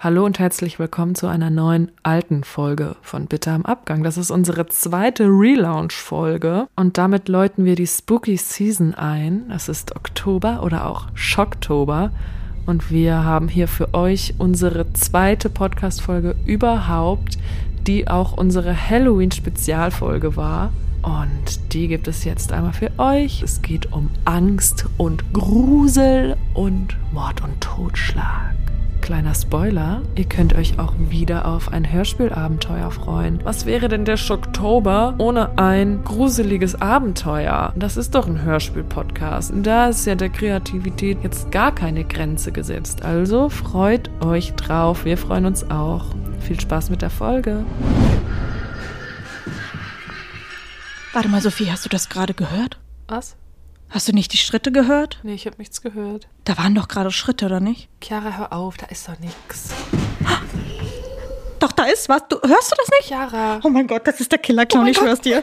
Hallo und herzlich willkommen zu einer neuen alten Folge von Bitter am Abgang. Das ist unsere zweite Relaunch-Folge und damit läuten wir die Spooky Season ein. Es ist Oktober oder auch Schocktober und wir haben hier für euch unsere zweite Podcast-Folge überhaupt, die auch unsere Halloween-Spezialfolge war. Und die gibt es jetzt einmal für euch. Es geht um Angst und Grusel und Mord und Totschlag. Kleiner Spoiler, ihr könnt euch auch wieder auf ein Hörspielabenteuer freuen. Was wäre denn der Schocktober ohne ein gruseliges Abenteuer? Das ist doch ein Hörspiel-Podcast. Da ist ja der Kreativität jetzt gar keine Grenze gesetzt. Also freut euch drauf. Wir freuen uns auch. Viel Spaß mit der Folge. Warte mal, Sophie, hast du das gerade gehört? Was? Hast du nicht die Schritte gehört? Nee, ich habe nichts gehört. Da waren doch gerade Schritte, oder nicht? Chiara, hör auf, da ist doch nichts. Doch, da ist was. Du, hörst du das nicht? Chiara, Oh mein Gott, das ist der Killer-Clown, ich schwör's dir.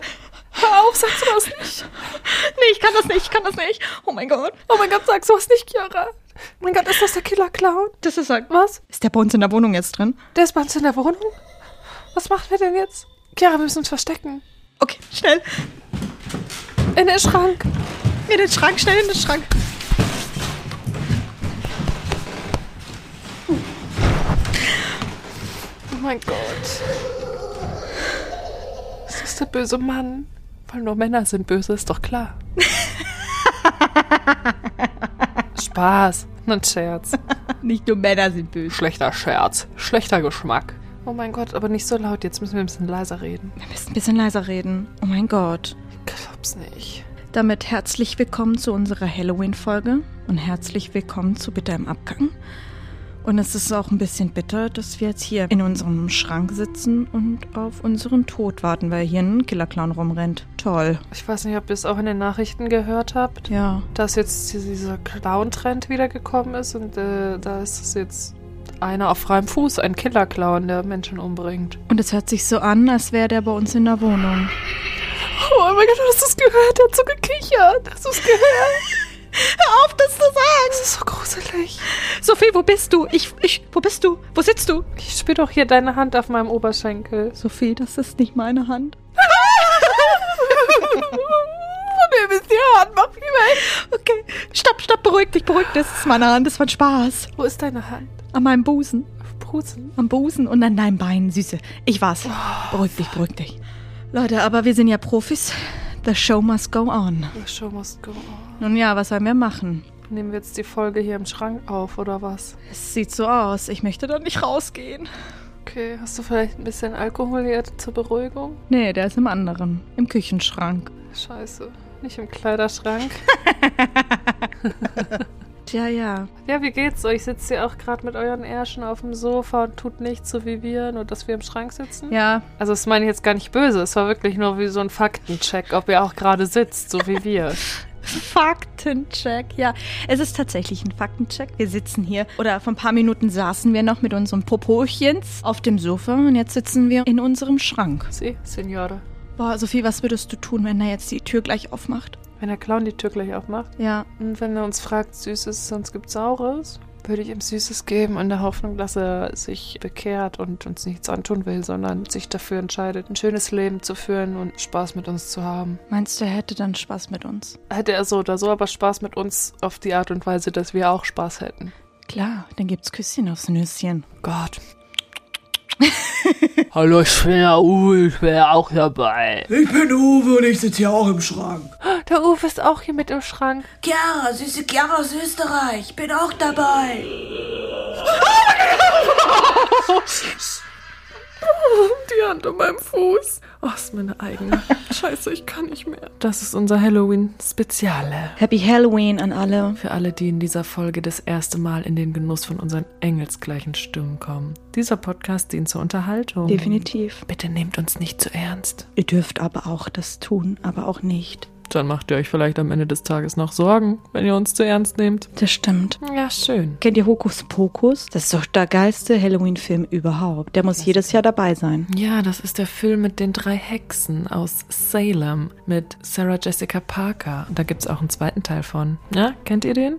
hör auf, sag sowas nicht. Nee, ich kann das nicht, ich kann das nicht. Oh mein Gott. Oh mein Gott, sag sowas nicht, Chiara. Oh Mein Gott, ist das der Killer-Clown? Das ist halt. Was? Ist der bei uns in der Wohnung jetzt drin? Der ist bei uns in der Wohnung? Was machen wir denn jetzt? Chiara, wir müssen uns verstecken. Okay, schnell. In den Schrank. In den Schrank, schnell in den Schrank. Oh mein Gott. Das ist der böse Mann. Weil nur Männer sind böse, ist doch klar. Spaß. Ein Scherz. Nicht nur Männer sind böse. Schlechter Scherz. Schlechter Geschmack. Oh mein Gott, aber nicht so laut. Jetzt müssen wir ein bisschen leiser reden. Wir müssen ein bisschen leiser reden. Oh mein Gott. Glaub's nicht. Damit herzlich willkommen zu unserer Halloween-Folge und herzlich willkommen zu Bitter im Abgang. Und es ist auch ein bisschen bitter, dass wir jetzt hier in unserem Schrank sitzen und auf unseren Tod warten, weil hier ein Killerclown rumrennt. Toll. Ich weiß nicht, ob ihr es auch in den Nachrichten gehört habt, Ja. dass jetzt dieser Clown-Trend wiedergekommen ist und äh, da ist es jetzt einer auf freiem Fuß, ein Killer-Clown, der Menschen umbringt. Und es hört sich so an, als wäre der bei uns in der Wohnung. Oh mein Gott, hast du es gehört? Der hat so gekichert. Hast du es gehört? Hör auf, das zu sagen! Das ist so gruselig. Sophie, wo bist du? Ich, ich, wo bist du? Wo sitzt du? Ich spür doch hier deine Hand auf meinem Oberschenkel. Sophie, das ist nicht meine Hand. Von dem ist die Hand, mach mich weg. Okay. Stopp, stopp, beruhig dich, beruhig dich. Das ist meine Hand, das war ein Spaß. Wo ist deine Hand? An meinem Busen. Auf Brusen. Am Busen und an deinem Bein, Süße. Ich war's. Beruhig dich, beruhig dich. Leute, aber wir sind ja Profis. The show must go on. The show must go on. Nun ja, was sollen wir machen? Nehmen wir jetzt die Folge hier im Schrank auf, oder was? Es sieht so aus. Ich möchte da nicht rausgehen. Okay, hast du vielleicht ein bisschen Alkohol hier zur Beruhigung? Nee, der ist im anderen. Im Küchenschrank. Scheiße, nicht im Kleiderschrank. Tja, ja. Ja, wie geht's euch? Sitzt ihr auch gerade mit euren Ärschen auf dem Sofa und tut nichts, so wie wir, nur dass wir im Schrank sitzen? Ja, Also, das meine ich jetzt gar nicht böse. Es war wirklich nur wie so ein Faktencheck, ob ihr auch gerade sitzt, so wie wir. Faktencheck, ja. Es ist tatsächlich ein Faktencheck. Wir sitzen hier oder vor ein paar Minuten saßen wir noch mit unserem Popochens auf dem Sofa und jetzt sitzen wir in unserem Schrank. Sie, Signore. Boah, Sophie, was würdest du tun, wenn er jetzt die Tür gleich aufmacht? Wenn der Clown die Tür gleich aufmacht Ja. und wenn er uns fragt, Süßes, sonst gibt's Saures, würde ich ihm Süßes geben in der Hoffnung, dass er sich bekehrt und uns nichts antun will, sondern sich dafür entscheidet, ein schönes Leben zu führen und Spaß mit uns zu haben. Meinst du, er hätte dann Spaß mit uns? Hätte er so oder so aber Spaß mit uns auf die Art und Weise, dass wir auch Spaß hätten. Klar, dann gibt's Küsschen aufs Nüsschen. Gott. Hallo, ich bin der Uwe, ich wäre auch dabei. Ich bin Uwe und ich sitze hier auch im Schrank. Der Uwe ist auch hier mit im Schrank. Chiara, süße Chiara aus Österreich, bin auch dabei. Die Hand an um meinem Fuß. Oh, ist meine eigene. Scheiße, ich kann nicht mehr. Das ist unser Halloween-Speziale. Happy Halloween an alle. Für alle, die in dieser Folge das erste Mal in den Genuss von unseren engelsgleichen Stimmen kommen. Dieser Podcast dient zur Unterhaltung. Definitiv. Bitte nehmt uns nicht zu ernst. Ihr dürft aber auch das tun, aber auch nicht. Dann macht ihr euch vielleicht am Ende des Tages noch Sorgen, wenn ihr uns zu ernst nehmt. Das stimmt. Ja, schön. Kennt ihr Hokus Pokus? Das ist doch der geilste Halloween-Film überhaupt. Der muss jedes Jahr dabei sein. Ja, das ist der Film mit den drei Hexen aus Salem mit Sarah Jessica Parker. Und da gibt es auch einen zweiten Teil von. Ja, kennt ihr den?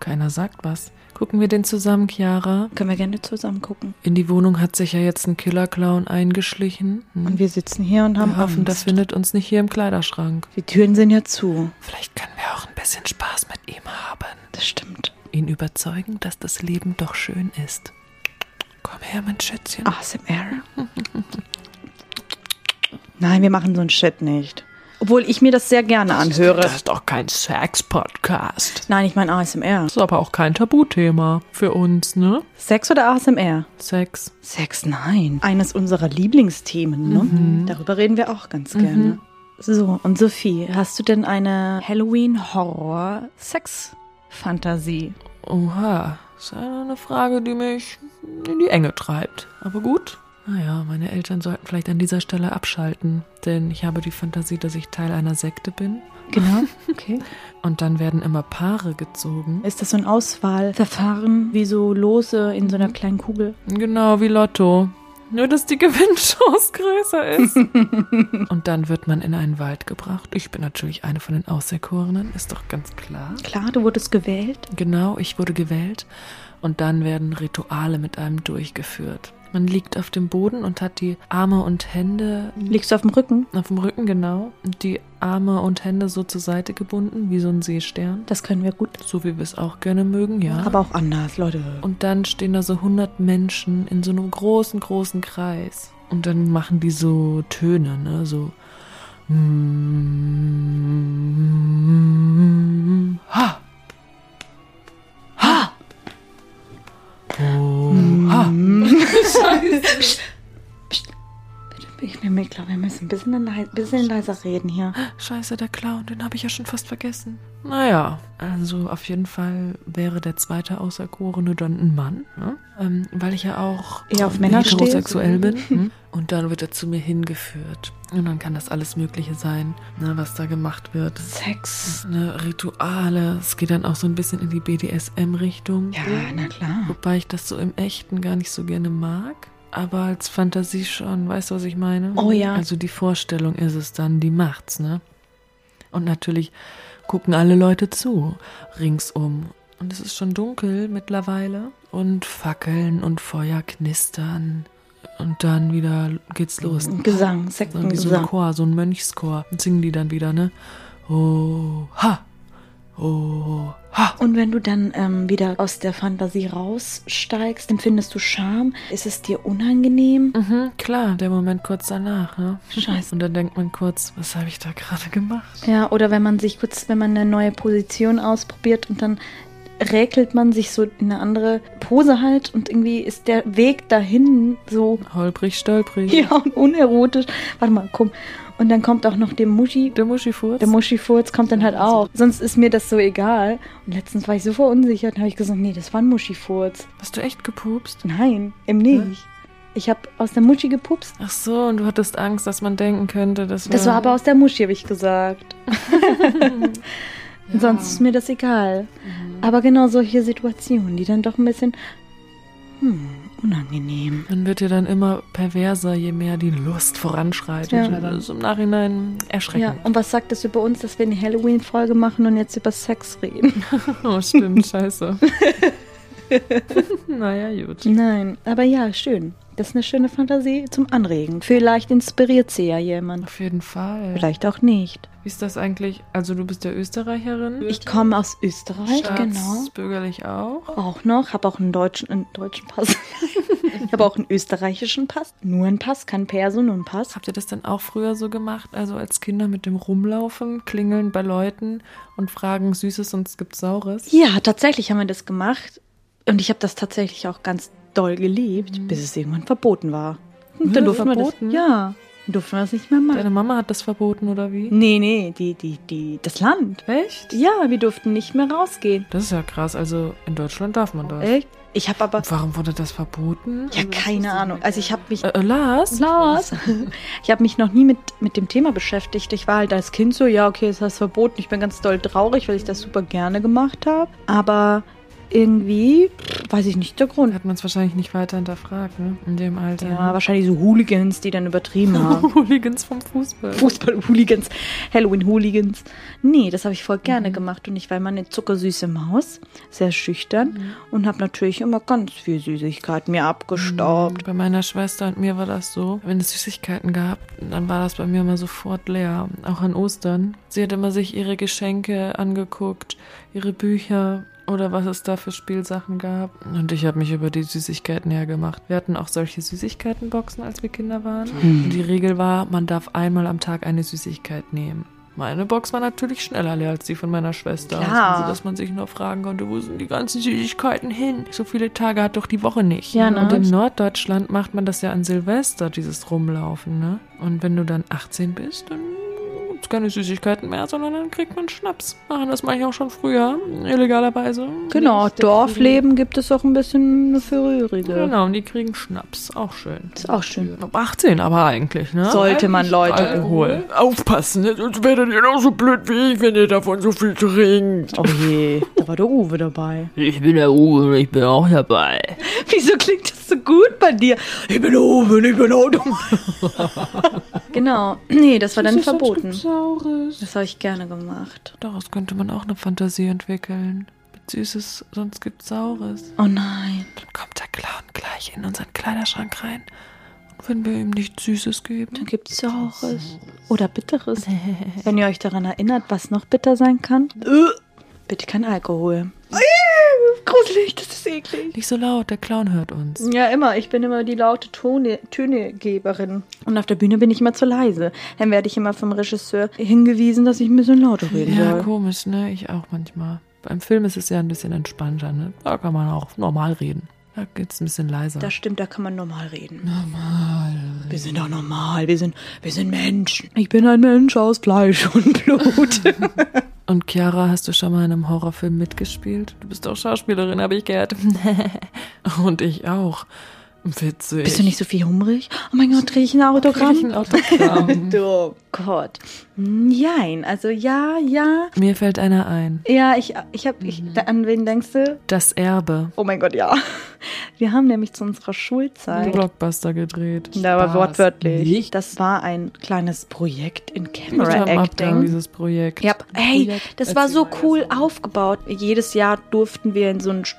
Keiner sagt was. Gucken wir den zusammen, Chiara. Können wir gerne zusammen gucken. In die Wohnung hat sich ja jetzt ein Killer-Clown eingeschlichen. Hm. Und wir sitzen hier und haben wir hoffen, der Angst. findet uns nicht hier im Kleiderschrank. Die Türen sind ja zu. Vielleicht können wir auch ein bisschen Spaß mit ihm haben. Das stimmt. Ihn überzeugen, dass das Leben doch schön ist. Komm her, mein Schätzchen. ASMR. Nein, wir machen so einen Shit nicht. Obwohl ich mir das sehr gerne anhöre. Das ist doch kein Sex-Podcast. Nein, ich meine ASMR. Das ist aber auch kein Tabuthema für uns, ne? Sex oder ASMR? Sex. Sex, nein. Eines unserer Lieblingsthemen, ne? Darüber reden wir auch ganz gerne. So, und Sophie, hast du denn eine Halloween-Horror-Sex-Fantasie? Oha, ist ja eine Frage, die mich in die Enge treibt. Aber gut. Naja, meine Eltern sollten vielleicht an dieser Stelle abschalten, denn ich habe die Fantasie, dass ich Teil einer Sekte bin. Genau, okay. Und dann werden immer Paare gezogen. Ist das so ein Auswahlverfahren, wie so Lose in so einer kleinen Kugel? Genau wie Lotto. Nur, dass die Gewinnchance größer ist. Und dann wird man in einen Wald gebracht. Ich bin natürlich eine von den Auserkorenen, ist doch ganz klar. Klar, du wurdest gewählt. Genau, ich wurde gewählt und dann werden Rituale mit einem durchgeführt. Man liegt auf dem Boden und hat die Arme und Hände Liegst du auf dem Rücken? auf dem Rücken, genau, und die Arme und Hände so zur Seite gebunden, wie so ein Seestern. Das können wir gut. So wie wir es auch gerne mögen, ja. Aber auch anders, Leute. und dann stehen da so 100 Menschen in so einem großen, großen Kreis. Und dann machen die so Töne, ne, so. Mm, ha! Ha! Oh, ha! Ich bin mir klar, wir müssen ein bisschen, leis- bisschen leiser reden hier. Scheiße, der Clown, den habe ich ja schon fast vergessen. Naja, also auf jeden Fall wäre der zweite Auserkorene dann ein Mann, ne? ähm, weil ich ja auch Eher auf Männer stehe. Mhm. heterosexuell bin. Hm? Und dann wird er zu mir hingeführt. Und dann kann das alles Mögliche sein, ne, was da gemacht wird. Sex. Ne, Rituale, es geht dann auch so ein bisschen in die BDSM-Richtung. Ja, na klar. Wobei ich das so im Echten gar nicht so gerne mag. Aber als Fantasie schon, weißt du, was ich meine? Oh ja. Also die Vorstellung ist es dann, die macht's, ne? Und natürlich gucken alle Leute zu, ringsum. Und es ist schon dunkel mittlerweile. Und Fackeln und Feuer knistern. Und dann wieder geht's los. Mhm. Gesang, Sex So, und wie so ein Gesang. Chor, so ein Mönchschor. Und singen die dann wieder, ne? Oh, ha! Oh, ha! Und wenn du dann ähm, wieder aus der Fantasie raussteigst, empfindest du Scham? Ist es dir unangenehm? Mhm, klar, der Moment kurz danach, ne? Scheiße. Und dann denkt man kurz, was habe ich da gerade gemacht? Ja, oder wenn man sich kurz, wenn man eine neue Position ausprobiert und dann räkelt man sich so in eine andere Pose halt und irgendwie ist der Weg dahin so Holprig, stolprig. ja und unerotisch. Warte mal, komm. Und dann kommt auch noch der Muschi, Der Muschifurz. der Muschifurz kommt dann halt auch. Sonst ist mir das so egal. Und letztens war ich so verunsichert, habe ich gesagt, nee, das war ein Muschifurz. Hast du echt gepupst? Nein, eben nicht. Ich habe aus der Muschi gepupst. Ach so, und du hattest Angst, dass man denken könnte, das war... Das war aber aus der Muschi, habe ich gesagt. Sonst ist mir das egal. Aber genau solche Situationen, die dann doch ein bisschen hm, unangenehm. Man wird ja dann immer perverser, je mehr die Lust voranschreitet. Ja. Und Das ist im Nachhinein Ja, erschreckend. und was sagt das über uns, dass wir eine Halloween-Folge machen und jetzt über Sex reden? Oh, stimmt, scheiße. naja, gut. Nein, aber ja, schön. Das ist eine schöne Fantasie zum Anregen. Vielleicht inspiriert sie ja jemand. Auf jeden Fall. Vielleicht auch nicht. Wie ist das eigentlich? Also du bist ja Österreicherin. Ich komme aus Österreich, genau. Staatsbürgerlich auch. Auch noch, habe auch einen deutschen, einen deutschen Pass. ich habe auch einen österreichischen Pass. Nur einen Pass, kein Perso, nur einen Pass. Habt ihr das dann auch früher so gemacht? Also als Kinder mit dem Rumlaufen, Klingeln bei Leuten und fragen Süßes und es gibt Saures? Ja, tatsächlich haben wir das gemacht. Und ich habe das tatsächlich auch ganz doll geliebt, bis es irgendwann verboten war. Und dann Äh, durften verboten? wir das. Ja, dann durften wir das nicht mehr machen. Deine Mama hat das verboten oder wie? nee, nee, die, die, die, das Land. Echt? Ja, wir durften nicht mehr rausgehen. Das ist ja krass. Also in Deutschland darf man das. Echt? Ich habe aber. Warum wurde das verboten? Ja, keine Ahnung. Also ich habe mich. Äh, äh, Lars? Lars. Ich habe mich noch nie mit, mit dem Thema beschäftigt. Ich war halt als Kind so, ja, okay, ist das verboten. Ich bin ganz doll traurig, weil ich das super gerne gemacht habe. Aber irgendwie, weiß ich nicht, der Grund. Hat man es wahrscheinlich nicht weiter hinterfragt, ne? In dem Alter. Ja, wahrscheinlich so Hooligans, die dann übertrieben haben. Hooligans vom Fußball. Fußball-Hooligans, Halloween-Hooligans. Nee, das habe ich voll gerne gemacht. Und ich war immer eine zuckersüße Maus, sehr schüchtern und habe natürlich immer ganz viel Süßigkeit mir abgestaubt. Bei meiner Schwester und mir war das so, wenn es Süßigkeiten gab, dann war das bei mir immer sofort leer, auch an Ostern. Sie hat immer sich ihre Geschenke angeguckt, ihre Bücher oder was es da für Spielsachen gab. Und ich habe mich über die Süßigkeiten hergemacht. Wir hatten auch solche Süßigkeitenboxen, als wir Kinder waren. Und die Regel war, man darf einmal am Tag eine Süßigkeit nehmen. Meine Box war natürlich schneller leer als die von meiner Schwester. Klar. Also, dass man sich nur fragen konnte, wo sind die ganzen Süßigkeiten hin? So viele Tage hat doch die Woche nicht. Ja, ne? Und in Norddeutschland macht man das ja an Silvester, dieses Rumlaufen, ne? Und wenn du dann 18 bist, dann gibt's keine Süßigkeiten mehr, sondern dann kriegt man Schnaps. Machen das mache ich auch schon früher, illegalerweise. Genau, Die- Dorfleben gibt es auch ein bisschen eine Verrührige. Genau, und die kriegen Schnaps, auch schön. Ist auch schön. Ab 18 aber eigentlich, ne? Sollte man Leute. Alkohol. Aufpassen, ne? sonst werdet ihr genauso blöd wie ich, wenn ihr davon so viel trinkt. Oh je, da war der Uwe dabei. Ich bin der Uwe und ich bin auch dabei. Wieso klingt das so gut bei dir? Ich bin oben, ich bin oben. Genau. Nee, das war dann verboten. Saures. Das habe ich gerne gemacht. Daraus könnte man auch eine Fantasie entwickeln. Mit Süßes, sonst gibt's Saures. Oh nein. Dann kommt der Clown gleich in unseren Kleiderschrank rein. Und wenn wir ihm nichts Süßes geben, Dann gibt es Saures. Oder Bitteres. Wenn ihr euch daran erinnert, was noch bitter sein kann. Bitte kein Alkohol. Gruselig, Äh. das ist eklig. nicht so laut, der Clown hört uns. Ja, immer. Ich bin immer die laute Tone, Tönegeberin. Und auf der Bühne bin ich immer zu leise. Dann werde ich immer vom Regisseur hingewiesen, dass ich ein bisschen lauter reden Ja, soll. komisch, ne? Ich auch manchmal. Beim Film ist es ja ein bisschen entspannter, ne? Da kann man auch normal reden. Da geht's ein bisschen leiser. Das stimmt, da kann man normal reden. Normal. Wir sind doch normal, wir sind, wir sind Menschen. Ich bin ein Mensch aus Fleisch und Blut. Und Chiara, hast du schon mal in einem Horrorfilm mitgespielt? Du bist auch Schauspielerin, habe ich gehört. Und ich auch. Witzig. Bist du nicht so viel hungrig? Oh mein Gott, drehe ich ein Krieg ich Autogramm? ein Autogramm? Oh Gott. Nein, also ja, ja. Mir fällt einer ein. Ja, ich, ich habe, ich, Mhm. an wen denkst du? Das Erbe. Oh mein Gott, ja. Wir haben nämlich zu unserer Schulzeit, Blockbuster gedreht. da war Spaß. wortwörtlich, Nicht? das war ein kleines Projekt in Ich Camera hab Abgang, Acting. dieses Projekt. Ja, hey, Projekt, das war erzähl so mal cool erst mal. aufgebaut. Jedes Jahr durften wir in so ein Sch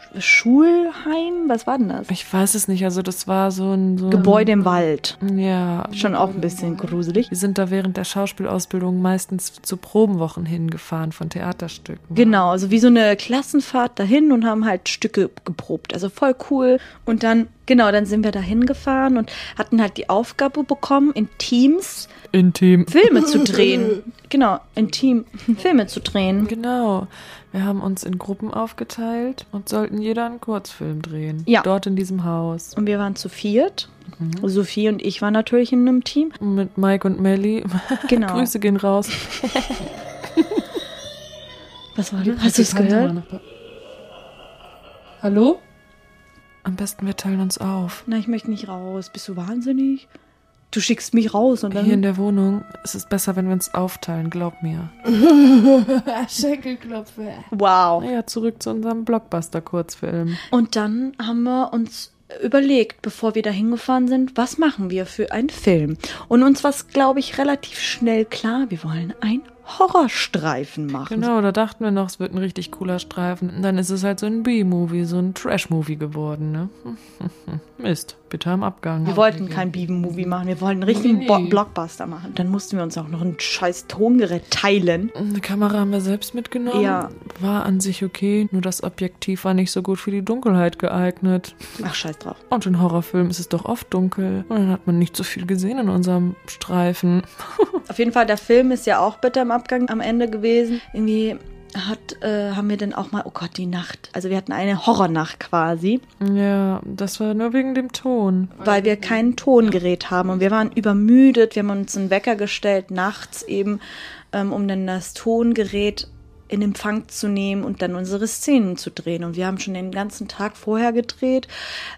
Schulheim, was war denn das? Ich weiß es nicht, also das war so ein... So ein Gebäude im Wald. Ja. Schon auch ein bisschen gruselig. Wir sind da während der Schauspielausbildung meistens zu Probenwochen hingefahren von Theaterstücken. Genau, also wie so eine Klassenfahrt dahin und haben halt Stücke geprobt. Also voll cool. Und dann, genau, dann sind wir dahin gefahren und hatten halt die Aufgabe bekommen, in Teams Intim. Filme zu drehen. Genau, in Team Filme zu drehen. Genau. Wir haben uns in Gruppen aufgeteilt und sollten jeder einen Kurzfilm drehen. Ja. Dort in diesem Haus. Und wir waren zu viert. Sophie und ich waren natürlich in einem Team. Mit Mike und Melly. Genau. Ah, Grüße gehen raus. Was war das? Hast du es gehört? Hallo? Am besten wir teilen uns auf. Nein, ich möchte nicht raus. Bist du wahnsinnig? Du schickst mich raus und Hier in dann. der Wohnung ist es besser, wenn wir uns aufteilen, glaub mir. Wow. Ja, zurück zu unserem Blockbuster-Kurzfilm. Und dann haben wir uns überlegt, bevor wir da hingefahren sind, was machen wir für einen Film? Und uns war, glaube ich, relativ schnell klar, wir wollen einen Horrorstreifen machen. Genau, da dachten wir noch, es wird ein richtig cooler Streifen. Und dann ist es halt so ein B-Movie, so ein Trash-Movie geworden, ne? Mist, bitte am Abgang. Wir wollten kein Bieben-Movie machen, wir wollten einen richtigen Bo Blockbuster machen. Dann mussten wir uns auch noch ein scheiß Tongerät teilen. Eine Kamera haben wir selbst mitgenommen. Ja. War an sich okay, nur das Objektiv war nicht so gut für die Dunkelheit geeignet. Ach, scheiß drauf. Und in Horrorfilmen ist es doch oft dunkel. Und dann hat man nicht so viel gesehen in unserem Streifen. Auf jeden Fall, der Film ist ja auch bitter im Abgang am Ende gewesen. Irgendwie hat, äh, haben wir dann auch mal, oh Gott, die Nacht. Also wir hatten eine Horrornacht quasi, Ja, das war nur wegen dem Ton. weil wir kein Tongerät haben. Und wir waren übermüdet, wir haben uns einen Wecker gestellt, nachts eben, ähm, um dann das Tongerät in Empfang zu nehmen und dann unsere Szenen zu drehen. Und wir haben schon den ganzen Tag vorher gedreht,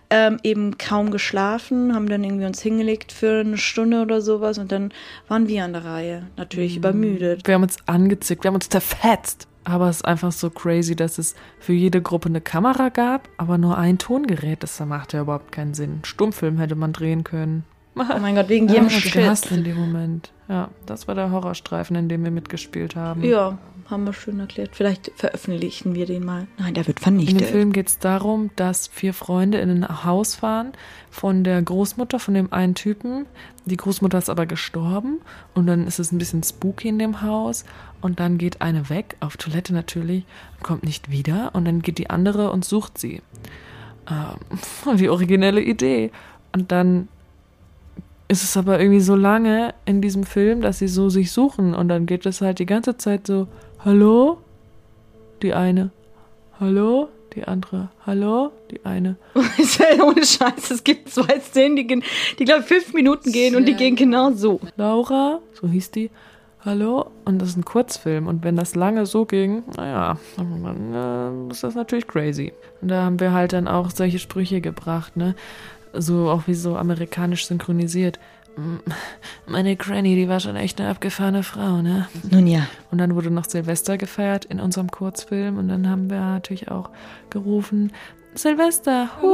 ähm, eben kaum geschlafen, haben dann irgendwie uns hingelegt für eine Stunde oder sowas und dann waren wir an der Reihe, natürlich übermüdet. Wir haben uns angezickt, wir haben uns zerfetzt. Aber es ist einfach so crazy, dass es für jede Gruppe eine Kamera gab, aber nur ein Tongerät. Das macht ja überhaupt keinen Sinn. Stummfilm hätte man drehen können. Oh mein Gott, wegen jedem Ja, Shit. gehasst in dem Moment. Ja, das war der Horrorstreifen, in dem wir mitgespielt haben. Ja, haben wir schön erklärt. Vielleicht veröffentlichen wir den mal. Nein, der wird In dem vernichtet. Film geht es darum, dass vier Freunde in ein Haus fahren von der Großmutter, von dem einen Typen. Die Großmutter ist aber gestorben und dann ist es ein bisschen spooky in dem Haus und dann geht eine weg, auf Toilette natürlich, kommt nicht wieder und dann geht die andere und sucht sie. Ähm, die originelle Idee. Und dann ist es aber irgendwie so lange in diesem Film, dass sie so sich suchen und dann geht es halt die ganze Zeit so, hallo? Die eine, Hallo? Die andere. Hallo? Die eine. Ist ja Ohne Scheiß, es gibt zwei Szenen, die, gehen- die glaube ich fünf Minuten gehen und die gehen genau so. Laura? So hieß die. Hallo? Und das ist ein Kurzfilm. Und wenn das lange so ging, naja, dann äh, ist das natürlich crazy. Und da haben wir halt dann auch solche Sprüche gebracht, ne? So auch wie so amerikanisch synchronisiert. Mm, Meine Granny, die war schon echt eine abgefahrene Frau, ne? Nun ja. Und dann wurde noch Silvester gefeiert in unserem Kurzfilm und dann haben wir natürlich auch gerufen, Silvester, hu!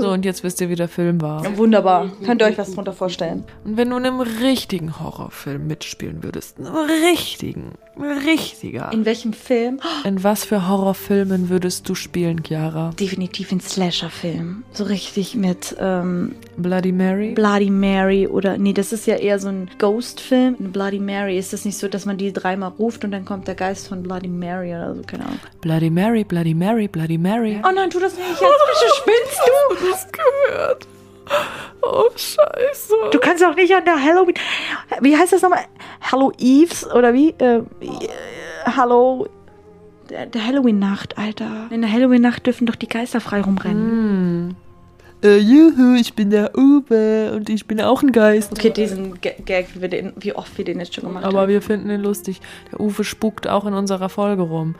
So, und jetzt wisst ihr, wie der Film war. Wunderbar. Könnt ihr euch was drunter vorstellen? Und wenn du in einem richtigen Horrorfilm mitspielen würdest, in einem richtigen, richtiger, In welchem Film? in was für Horrorfilmen würdest du spielen, Chiara? Definitiv in Slasher-Film. So richtig mit ähm, Bloody Mary? Bloody Mary oder. Nee, das ist ja eher so ein Ghost-Film. In Bloody Mary ist das nicht so, dass man die dreimal ruft und dann kommt der Geist von Bloody Mary oder so, keine Ahnung. Bloody Mary, Bloody Mary, Bloody Mary. Oh nein, tu das nicht jetzt. Bitte spinnst du. das gehört. Oh, scheiße. Du kannst auch nicht an der Halloween. Wie heißt das nochmal? Hallow Eves oder wie? Ähm, Äh, Hallo. Der, der Halloween-Nacht, Alter. In der Halloween-Nacht dürfen doch die Geister frei rumrennen. Äh, juhu, ich bin der Uwe und ich bin auch ein Geist. Okay, diesen Ga- Gag, wie, wir den, wie oft wir den jetzt schon gemacht Aber wir finden ihn lustig. Der Uwe spukt auch in unserer Folge rum.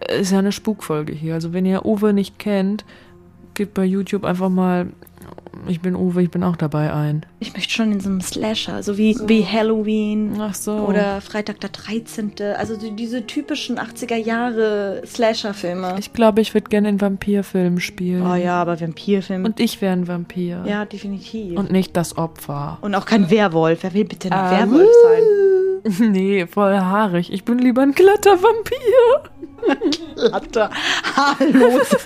Äh, Ist ja eine Spukfolge hier. Also wenn ihr Uwe nicht kennt, gebt bei YouTube einfach mal Ich bin Uwe, ich bin auch dabei ein. Ich möchte schon in so einem Slasher, so wie, wie Halloween Ach so. oder Freitag der 13. Also die, diese typischen 80er-Jahre-Slasher-Filme. ich glaube, ich würde gerne in Vampirfilmen spielen. Oh ja, aber Vampirfilme. Und ich wäre ein Vampir. ja, definitiv. Ah, Und nicht das Opfer. Ah, Und auch kein Werwolf. Wer will bitte ein Werwolf sein? nee, voll haarig. Ich bin lieber ein glatter Vampir. Latte. Haarlos.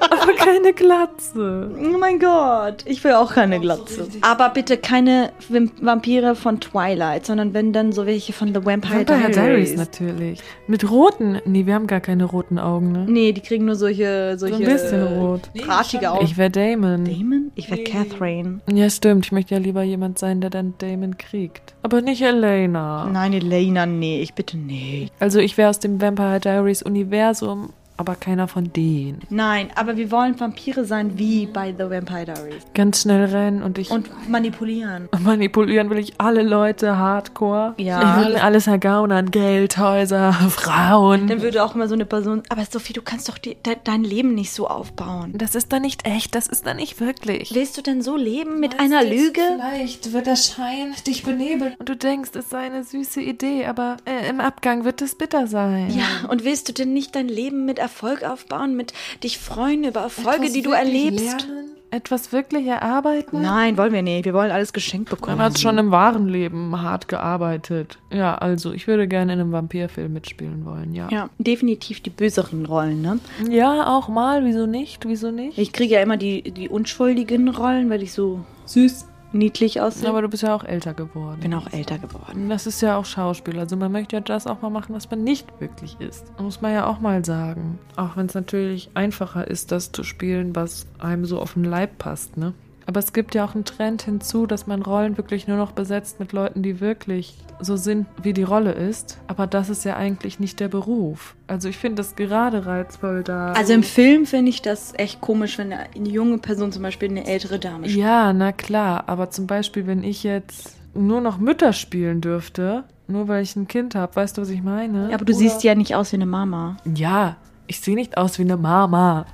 Aber keine Glatze. Oh mein Gott, ich will auch keine Glatze. Aber bitte keine Vim- Vampire von Twilight, sondern wenn dann so welche von The Vampire, Vampire Diaries. Diaries natürlich. Mit roten. Nee, wir haben gar keine roten Augen, ne? Nee, die kriegen nur solche, So solche ein bisschen rot. drahtige Augen. Ich wäre Damon. Damon? Ich wäre Catherine. Ja, stimmt. Ich möchte ja lieber jemand sein, der dann Damon kriegt. Aber nicht Elena. Nein, Elena, nee, ich bitte nee. Also ich wäre aus dem Vampire Diaries Universum, aber keiner von denen. Nein, aber wir wollen Vampire sein wie bei The Vampire Diaries. Ganz schnell rennen und ich Und manipulieren. manipulieren will ich alle Leute hardcore. Ja. Ich würde mir alles ergaunern. Geldhäuser, Dann Frauen. würde auch immer so eine Person. Aber Sophie, du kannst doch die, de, dein Leben nicht so aufbauen. Das ist doch nicht echt, das ist doch nicht wirklich. Willst du denn so leben mit einer Lüge? Vielleicht wird der Schein dich benebeln. Und du denkst, es sei eine süße Idee, aber äh, im Abgang wird es bitter sein. Ja, und willst du denn nicht dein Leben mit Erfolg aufbauen, mit dich freuen über Erfolge, Etwas die du wirklich erlebst? lernen? Etwas wirklich erarbeiten? Nein, wollen wir nicht. Wir wollen alles geschenkt bekommen. Man hat schon im wahren Leben hart gearbeitet. Ja, also ich würde gerne in einem Vampirfilm mitspielen wollen, ja. ja, definitiv die böseren Rollen, ne? Ja, auch mal, wieso nicht? Wieso nicht? Ich kriege ja immer die, die unschuldigen Rollen, weil ich so süß, niedlich aussehe. Aber du bist ja auch älter geworden. ich Hm. bin auch älter geworden. Das ist ja auch Schauspiel. Also man möchte ja das auch mal machen, was man nicht wirklich ist. Muss man ja auch mal sagen. Auch wenn es natürlich einfacher ist, das zu spielen, was einem so auf den Leib passt, ne? Aber es gibt ja auch einen Trend hinzu, dass man Rollen wirklich nur noch besetzt mit Leuten, die wirklich so sind, wie die Rolle ist. Aber das ist ja eigentlich nicht der Beruf. Also ich finde das gerade reizvoll da. Also im Film finde ich das echt komisch, wenn eine junge Person zum Beispiel eine ältere Dame spielt. Ja, na klar, aber zum Beispiel, wenn ich jetzt nur noch Mütter spielen dürfte, nur weil ich ein Kind habe, weißt du, was ich meine? Aber du siehst ja nicht aus wie eine Mama. Ja, ich sehe nicht aus wie eine Mama.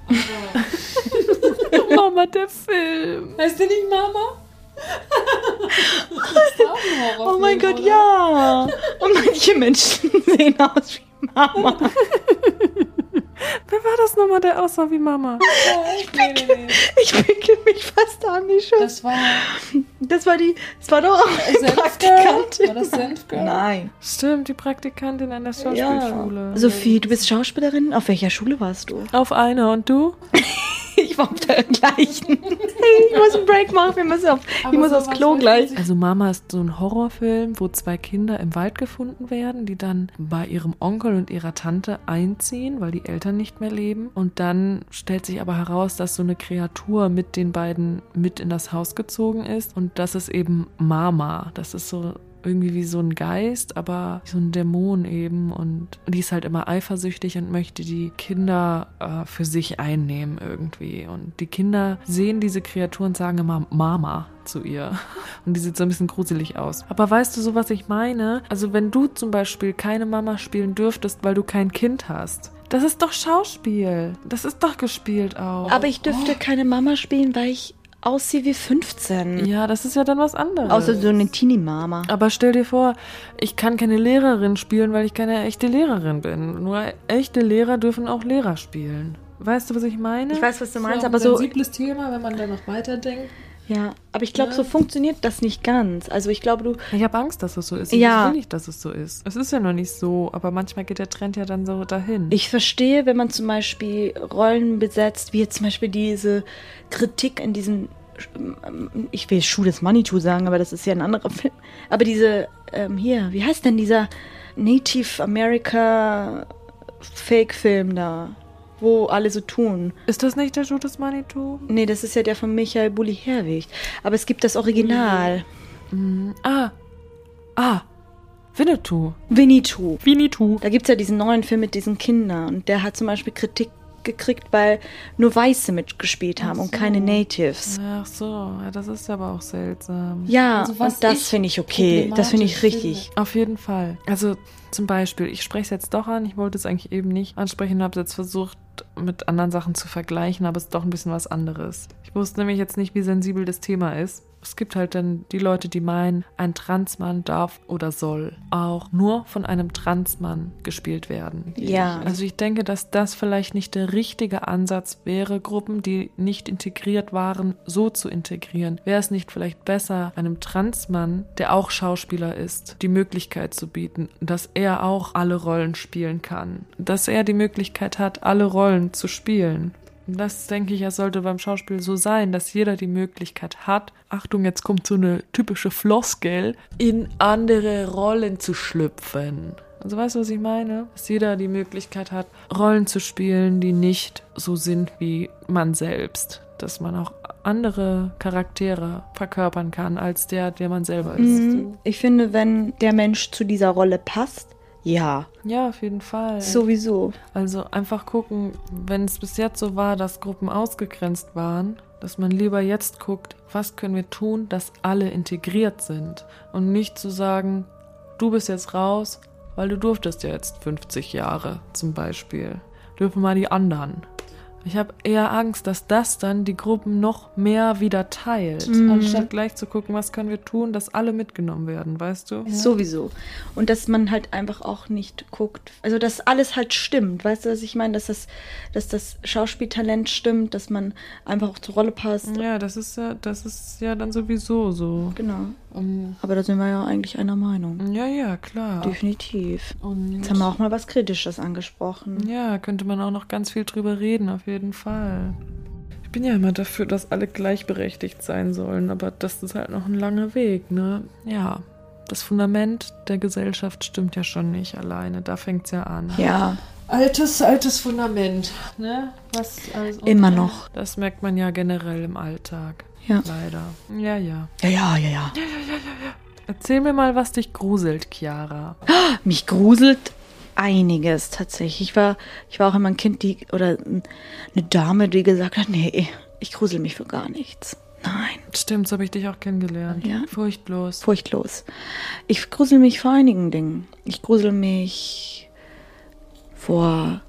Mama, der Film. Heißt der nicht Mama? Oh mein Gott, ja! Und manche Menschen sehen aus wie Wer war das nochmal, der aussah wie Mama? Nee, nee, nee. Ich pinkel mich fast an die Schulter. Das war Das war die, das war doch auch die Senfgirl. War Praktikantin. das Senfgirl? Äh, Nein. Stimmt, die Praktikantin an der Schauspielschule. Sophie, Also, du bist Schauspielerin? Auf welcher Schule warst du? Auf eine und du? Ich war auf der gleichen. ich muss einen Break machen, wir müssen auf, ich muss aufs Klo gleich. Also Mama ist so ein Horrorfilm, wo zwei Kinder im Wald gefunden werden, die dann bei ihrem Onkel und ihrer Tante einziehen, weil die Eltern nicht mehr leben. Und dann stellt sich aber heraus, dass so eine Kreatur mit den beiden mit in das Haus gezogen ist. Und das ist eben Mama. Das ist so irgendwie wie so ein Geist, aber so ein Dämon eben. Und die ist halt immer eifersüchtig und möchte die Kinder äh, für sich einnehmen irgendwie. Und die Kinder sehen diese Kreatur und sagen immer Mama zu ihr. Und die sieht so ein bisschen gruselig aus. Aber weißt du so, was ich meine? Also wenn du zum Beispiel keine Mama spielen dürftest, weil du kein Kind hast. Das ist doch Schauspiel. Das ist doch gespielt auch. Aber ich dürfte keine Mama spielen, weil ich aussehe wie 15. ja, das ist ja dann was anderes. Außer so eine Teenie-Mama. Aber stell dir vor, ich kann keine Lehrerin spielen, weil ich keine echte Lehrerin bin. Nur echte Lehrer dürfen auch Lehrer spielen. Weißt du, was ich meine? Ich weiß, was Das ist du ja meinst, auch aber ein so. sensibles Thema, wenn man da noch weiterdenkt. Ja, aber ich glaube, so funktioniert das nicht ganz. Also ich glaube, du. Ich habe Angst, dass es so ist. Ja. Ich will nicht, dass es so ist. Es ist ja noch nicht so, aber manchmal geht der Trend ja dann so dahin. Ich verstehe, wenn man zum Beispiel Rollen besetzt, wie jetzt zum Beispiel diese Kritik in diesen. ähm, Ich will Schuh des Manitou sagen, aber das ist ja ein anderer Film. Aber diese. Ähm, hier, wie heißt denn dieser Native America Fake-Film da? Wo alle so tun. ist das nicht der Schuh des Manitou? Nee, das ist ja der von Michael Bulli-Herwig. Aber es gibt das Original. Ah. Ah. Winnetou. Winnetou. Winnetou. Da gibt es ja diesen neuen Film mit diesen Kindern und der hat zum Beispiel Kritik gekriegt, weil nur Weiße mitgespielt haben und keine Natives. Ach so, ja, das ist aber auch seltsam. Ja, Also was und das ich finde ich okay. Das finde ich problematisch richtig. Auf jeden Fall. Also zum Beispiel, ich spreche es jetzt doch an, ich wollte es eigentlich eben nicht ansprechen, habe es jetzt versucht, mit anderen Sachen zu vergleichen, aber es ist doch ein bisschen was anderes. Ich wusste nämlich jetzt nicht, wie sensibel das Thema ist. Es gibt halt dann die Leute, die meinen, ein Transmann darf oder soll auch nur von einem Transmann gespielt werden. Ja. Also ich denke, dass das vielleicht nicht der richtige Ansatz wäre, Gruppen, die nicht integriert waren, so zu integrieren. Wäre es nicht vielleicht besser, einem Transmann, der auch Schauspieler ist, die Möglichkeit zu bieten, dass er auch alle Rollen spielen kann, dass er die Möglichkeit hat, alle Rollen zu spielen. Das denke ich, ja, sollte beim Schauspiel so sein, dass jeder die Möglichkeit hat, Achtung, jetzt kommt so eine typische Floskel, in andere Rollen zu schlüpfen. Also weißt du, was ich meine? Dass jeder die Möglichkeit hat, Rollen zu spielen, die nicht so sind wie man selbst. Dass man auch andere Charaktere verkörpern kann, als der, der man selber ist. Mhm. Ich finde, wenn der Mensch zu dieser Rolle passt, ja, Ja, auf jeden Fall. sowieso. Also einfach gucken, wenn es bis jetzt so war, dass Gruppen ausgegrenzt waren, dass man lieber jetzt guckt, was können wir tun, dass alle integriert sind und nicht zu sagen, du bist jetzt raus, weil du durftest ja jetzt 50 Jahre zum Beispiel. Dürfen mal die anderen. Ich habe eher Angst, dass das dann die Gruppen noch mehr wieder teilt, anstatt gleich zu gucken, was können wir tun, dass alle mitgenommen werden, weißt du? Sowieso. Und dass man halt einfach auch nicht guckt. Also, dass alles halt stimmt. Weißt du, was ich meine? Dass das, dass das Schauspieltalent stimmt, dass man einfach auch zur Rolle passt. Ja, das ist ja, das ist ja dann sowieso so. Genau. Mhm. Ähm, Aber da sind wir ja eigentlich einer Meinung. Ja, ja, klar. Definitiv. Und Jetzt haben wir auch mal was Kritisches angesprochen. ja, könnte man auch noch ganz viel drüber reden, auf jeden Fall. Ich bin ja immer dafür, dass alle gleichberechtigt sein sollen, aber das ist halt noch ein langer Weg, ne? Ja, das Fundament der Gesellschaft stimmt ja schon nicht alleine, da fängt's ja an. Ja, Altes, altes Fundament, ne? Was also, immer noch. Das merkt man ja generell im Alltag. Ja. Leider. Ja, ja. Ja, ja, ja, ja. Erzähl mir mal, was dich gruselt, Chiara. Mich gruselt einiges tatsächlich. Ich war, ich war auch immer ein Kind, die, oder eine Dame, die gesagt hat, nee, ich grusel mich für gar nichts. Nein, Stimmt, so habe ich dich auch kennengelernt. Ja. Furchtlos. furchtlos. Ich grusel mich vor einigen Dingen. Ich grusel mich vor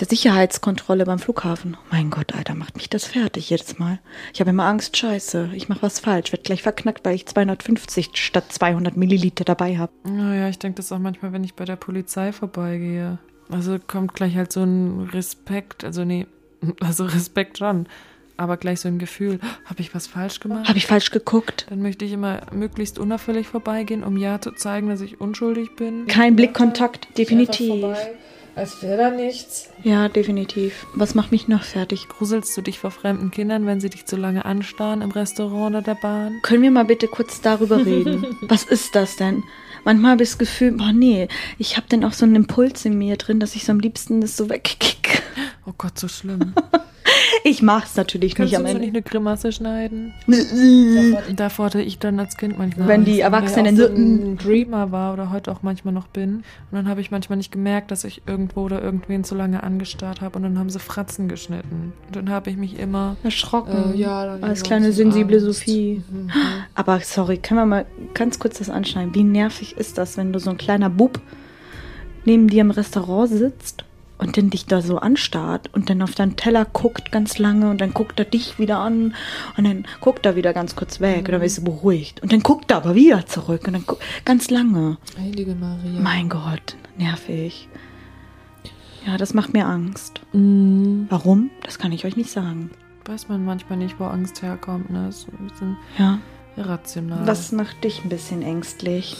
der Sicherheitskontrolle beim Flughafen. Oh Mein Gott, Alter, macht mich das fertig jedes Mal. Ich habe immer Angst, scheiße, ich mache was falsch, werd gleich verknackt, weil ich 250 statt 200 Milliliter dabei habe. Naja, ich denke das auch manchmal, wenn ich bei der Polizei vorbeigehe. Also kommt gleich halt so ein Respekt, also nee, also Respekt schon, aber gleich so ein Gefühl, habe ich was falsch gemacht? Habe ich falsch geguckt? Dann möchte ich immer möglichst unauffällig vorbeigehen, um ja zu zeigen, dass ich unschuldig bin. Kein Blickkontakt, Einfach definitiv. vorbei, Als wäre da nichts. Ja, definitiv. Was macht mich noch fertig? Gruselst du dich vor fremden Kindern, wenn sie dich zu lange anstarren im Restaurant oder der Bahn? Können wir mal bitte kurz darüber reden? Was ist das denn? Manchmal habe ich das Gefühl, boah nee, ich habe dann auch so einen Impuls in mir drin, dass ich so am liebsten das so wegkicke. Oh Gott, so schlimm. Ich mach's natürlich Kannst nicht du am mir Ende. Äh. nicht eine Grimasse schneiden? Davor hatte ich dann als Kind manchmal. Wenn die Angst, Erwachsenen weil ich auch so, so ein Dreamer war oder heute auch manchmal noch bin. Und dann habe ich manchmal nicht gemerkt, dass ich irgendwo oder irgendwen zu lange angestarrt habe. Und dann haben sie Fratzen geschnitten. Und dann habe ich mich immer. Erschrocken. Äh, ja, dann Als genau, kleine so sensible Angst. Mhm. Sophie. Aber sorry, können wir mal ganz kurz das anschneiden? Wie nervig ist das, wenn du so ein kleiner Bub neben dir im Restaurant sitzt und dann dich da so anstarrt und dann auf deinen Teller guckt ganz lange und dann guckt er dich wieder an und dann guckt er wieder ganz kurz weg Mhm. und dann bist du beruhigt und dann guckt er aber wieder zurück und dann gu- ganz lange. Heilige Maria. Mein Gott, nervig. Ja, das macht mir Angst. Mhm. Warum? Das kann ich euch nicht sagen. Weiß man manchmal nicht, wo Angst herkommt. Ne? Ist ein bisschen Ja. irrational. Was macht dich ein bisschen ängstlich?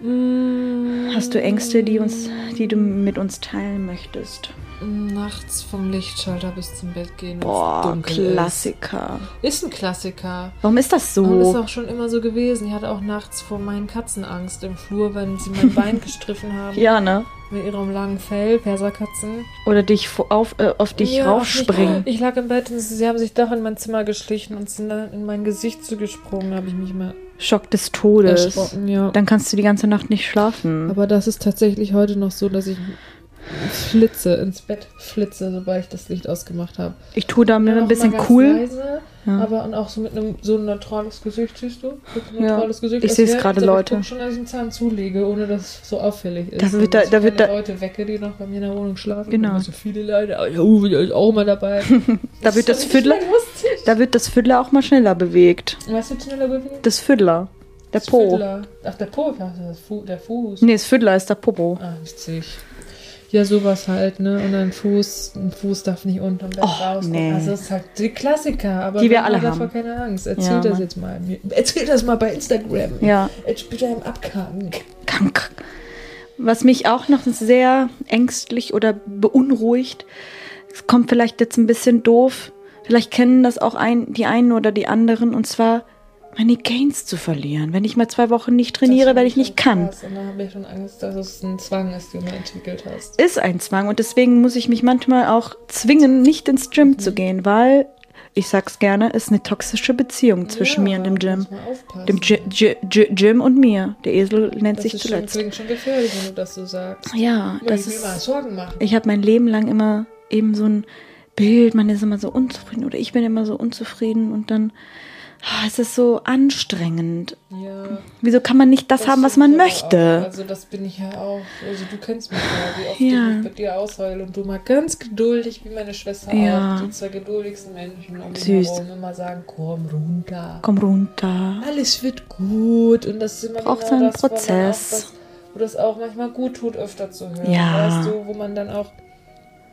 Mm, Hast du Ängste, die, uns, die du mit uns teilen möchtest? Nachts vom Lichtschalter bis zum Bett gehen. wenn's Boah, dunkel ist. Klassiker. Ist ein Klassiker. Warum ist das Und ist so? auch schon immer so gewesen. Ich hatte auch nachts vor meinen Katzen Angst im Flur, wenn sie mein Bein gestriffen haben. Ja, ne? Mit ihrem langen Fell, Perserkatzen. Oder dich vo- auf, äh, auf dich Ja, raufspringen. Ich, ich lag im Bett und sie haben sich doch in mein Zimmer geschlichen und sind dann in mein Gesicht zugesprungen. Da habe ich mich immer Schock des Todes. erschrocken. Ja. Dann kannst du die ganze Nacht nicht schlafen. Aber das ist tatsächlich heute noch so, dass ich flitze, ins Bett flitze, sobald ich das Licht ausgemacht habe. Ich tue da mir Dann ein auch bisschen mal ganz cool. Leise, Ja. Aber und auch so mit einem so ein neutrales Gesicht, siehst du? Mit einem Ja. neutrales Gesicht. Ich als seh's wär- gerade, aber ich Leute. guck schon, dass ich einen Zahn zulege, ohne dass es so auffällig ist. Also, Da wird da- dass ich da wird keine da- Leute wecke, die noch bei mir in der Wohnung schlafen. Genau. Immer so viele Leute. aber Ja, Uwe, der ist auch immer dabei. Da wird das ist doch nicht Fiddler, mehr lustig. da wird das Fiddler auch mal schneller bewegt. Weißt du, schneller bewegen? Das Fiddler. Der Das Po. Fiddler. Ach, der Po, ich dachte, das Fu der Fuß. Nee, das Fiddler ist der Popo. Ah, witzig. Ja, sowas halt, ne? Und ein Fuß, ein Fuß darf nicht unterm Bett Och, rausgucken. nee. Also das ist halt die Klassiker, aber Die wir man alle hat davor haben. keine Angst. Erzähl Ja, das Mann. jetzt mal. mir. Erzähl das mal bei Instagram. Ja. Jetzt bitte im Abkacken. krank. Was mich auch noch sehr ängstlich oder beunruhigt, es kommt vielleicht jetzt ein bisschen doof, vielleicht kennen das auch ein, die einen oder die anderen, und zwar meine Gains zu verlieren. Wenn ich mal zwei Wochen nicht trainiere, weil ich nicht kann. Krass. Und da habe ich schon Angst, dass es ein Zwang ist, den du entwickelt hast. Ist ein Zwang und deswegen muss ich mich manchmal auch zwingen, nicht ins Gym Mhm. zu gehen, weil, ich sag's gerne, ist eine toxische Beziehung zwischen mir und dem Gym. Dem Gy- Gy- Gy- Gym und mir. Der Esel nennt Das sich ist schon, zuletzt. deswegen schon gefährlich, wenn du das so sagst. Ja, Muss das ich mir ist. mal Sorgen machen. Ich habe mein Leben lang immer eben so ein Bild, man ist immer so unzufrieden oder ich bin immer so unzufrieden und dann ah, es ist so anstrengend. ja. Wieso kann man nicht das, haben, was stimmt man aber möchte? Auch. Also das bin ich ja auch. Also du kennst mich ja, wie oft Ja. ich mich bei dir ausheule und du mal ganz geduldig, wie meine Schwester Ja. auch, die zwei geduldigsten Menschen um mich Süß. herum immer sagen, komm runter. Komm runter. Alles wird gut und das ist immer Braucht genau seinen das, wo man Prozess. Auch das, wo das auch manchmal gut tut, öfter zu hören. Ja. Weißt du, wo man dann auch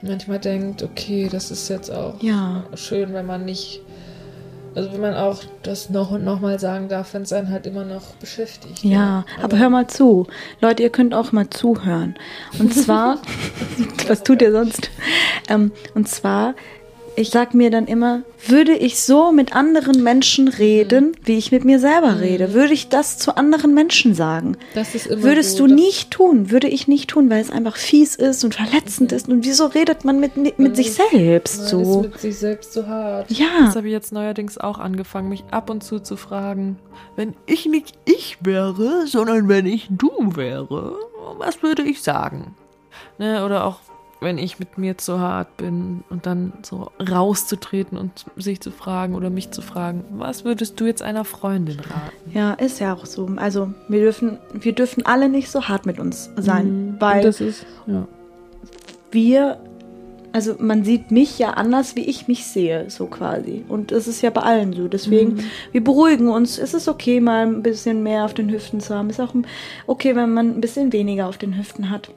manchmal denkt, okay, das ist jetzt auch Ja. schön, wenn man nicht, also wenn man auch das noch und noch mal sagen darf, wenn es einen halt immer noch beschäftigt. Ja, aber hör mal zu. Leute, ihr könnt auch mal zuhören. Und zwar, was tut ihr sonst? Ähm, und zwar, ich sag mir dann immer, würde ich so mit anderen Menschen Mhm. reden, wie ich mit mir selber rede, würde ich das zu anderen Menschen sagen? Das ist immer Würdest so, du dass- nicht tun, würde ich nicht tun, weil es einfach fies ist und verletzend ist. Und wieso redet man mit, mit, mit sich selbst Man so? ist mit sich selbst so hart. Das Ja, habe ich jetzt neuerdings auch angefangen, mich ab und zu zu fragen. Wenn Ich nicht ich wäre, sondern wenn ich du wäre, was würde ich sagen? Ne, oder auch wenn ich mit mir zu hart bin und dann so rauszutreten und sich zu fragen oder mich zu fragen, was würdest du jetzt einer Freundin raten? ja, ist ja auch so. Also wir dürfen, wir dürfen alle nicht so hart mit uns sein, weil Mhm. Das ist, ja. wir, also man sieht mich ja anders, wie ich mich sehe, so quasi. Und es ist ja bei allen so. Deswegen, Mhm. wir beruhigen uns. Es ist okay, mal ein bisschen mehr auf den Hüften zu haben. Es ist auch okay, wenn man ein bisschen weniger auf den Hüften hat.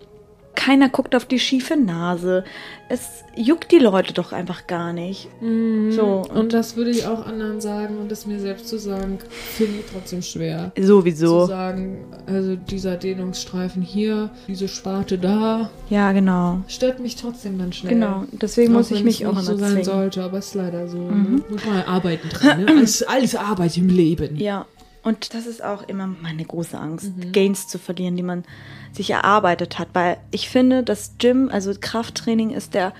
Keiner guckt auf die schiefe Nase. Es juckt die Leute doch einfach gar nicht. Mhm. So, Und das würde ich auch anderen sagen und das mir selbst zu sagen, finde ich trotzdem schwer. Zu sowieso. sagen, also dieser Dehnungsstreifen hier, diese Sparte da, Ja, genau. stört mich trotzdem dann schnell. Genau, deswegen muss ich wenn mich es auch nicht immer so sein zwingen. sollte, aber es ist leider so. Mhm. Ne? Muss man arbeiten dran. Ne? Alles, alles Arbeit im Leben. Ja, und das ist auch immer meine große Angst, Mhm. Gains zu verlieren, die man sich erarbeitet hat. Weil ich finde, das Gym, also Krafttraining, ist der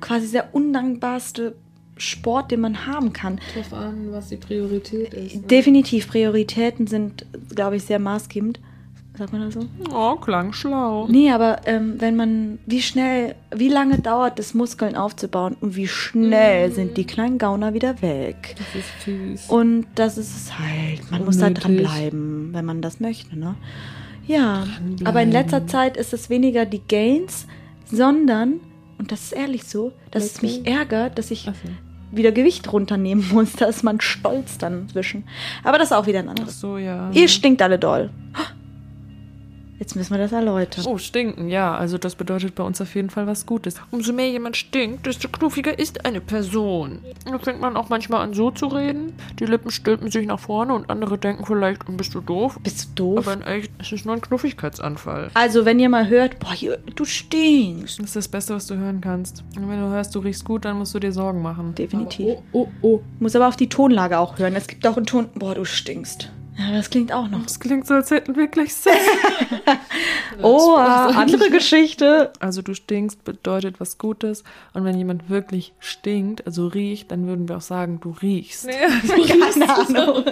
quasi der undankbarste Sport, den man haben kann. Drauf an, was die Priorität ist. Ne? Definitiv, Prioritäten sind, glaube ich, sehr maßgebend. Sagt man das so? Oh, klang schlau. Nee, aber ähm, wenn man, wie schnell, wie lange dauert es, Muskeln aufzubauen und wie Mhm. schnell sind die kleinen Gauner wieder weg? Das ist fies. Und das ist es halt. Man muss da Unnötig. dranbleiben, wenn man das möchte, ne? Ja, aber in letzter Zeit ist es weniger die Gains, sondern, und das ist ehrlich so, dass es mich ärgert, dass ich Also, wieder Gewicht runternehmen muss. Da ist man stolz dann zwischen. Aber das ist auch wieder ein Ach anderes. so, ja. Ihr stinkt alle doll. Jetzt müssen wir das erläutern. Oh, stinken, ja. Also das bedeutet bei uns auf jeden Fall was Gutes. Umso mehr jemand stinkt, desto knuffiger ist eine Person. Da fängt man auch manchmal an so zu reden. Die Lippen stülpen sich nach vorne und andere denken vielleicht, "Hm, bist du doof? Bist du doof? Aber in echt, es ist nur ein Knuffigkeitsanfall. also, wenn ihr mal hört, boah, ihr- du stinkst. Das ist das Beste, was du hören kannst. Und wenn du hörst, du riechst gut, dann musst du dir Sorgen machen. Definitiv. oh, oh, oh. Muss aber auf die Tonlage auch hören. Es gibt auch einen Ton, boah, du stinkst. Ja, das klingt auch noch. Das klingt so, als hätten wir gleich Sex. Oh, andere Geschichte. Also du stinkst bedeutet was Gutes. Und wenn jemand wirklich stinkt, also riecht, dann würden wir auch sagen, du riechst. Keine Ahnung.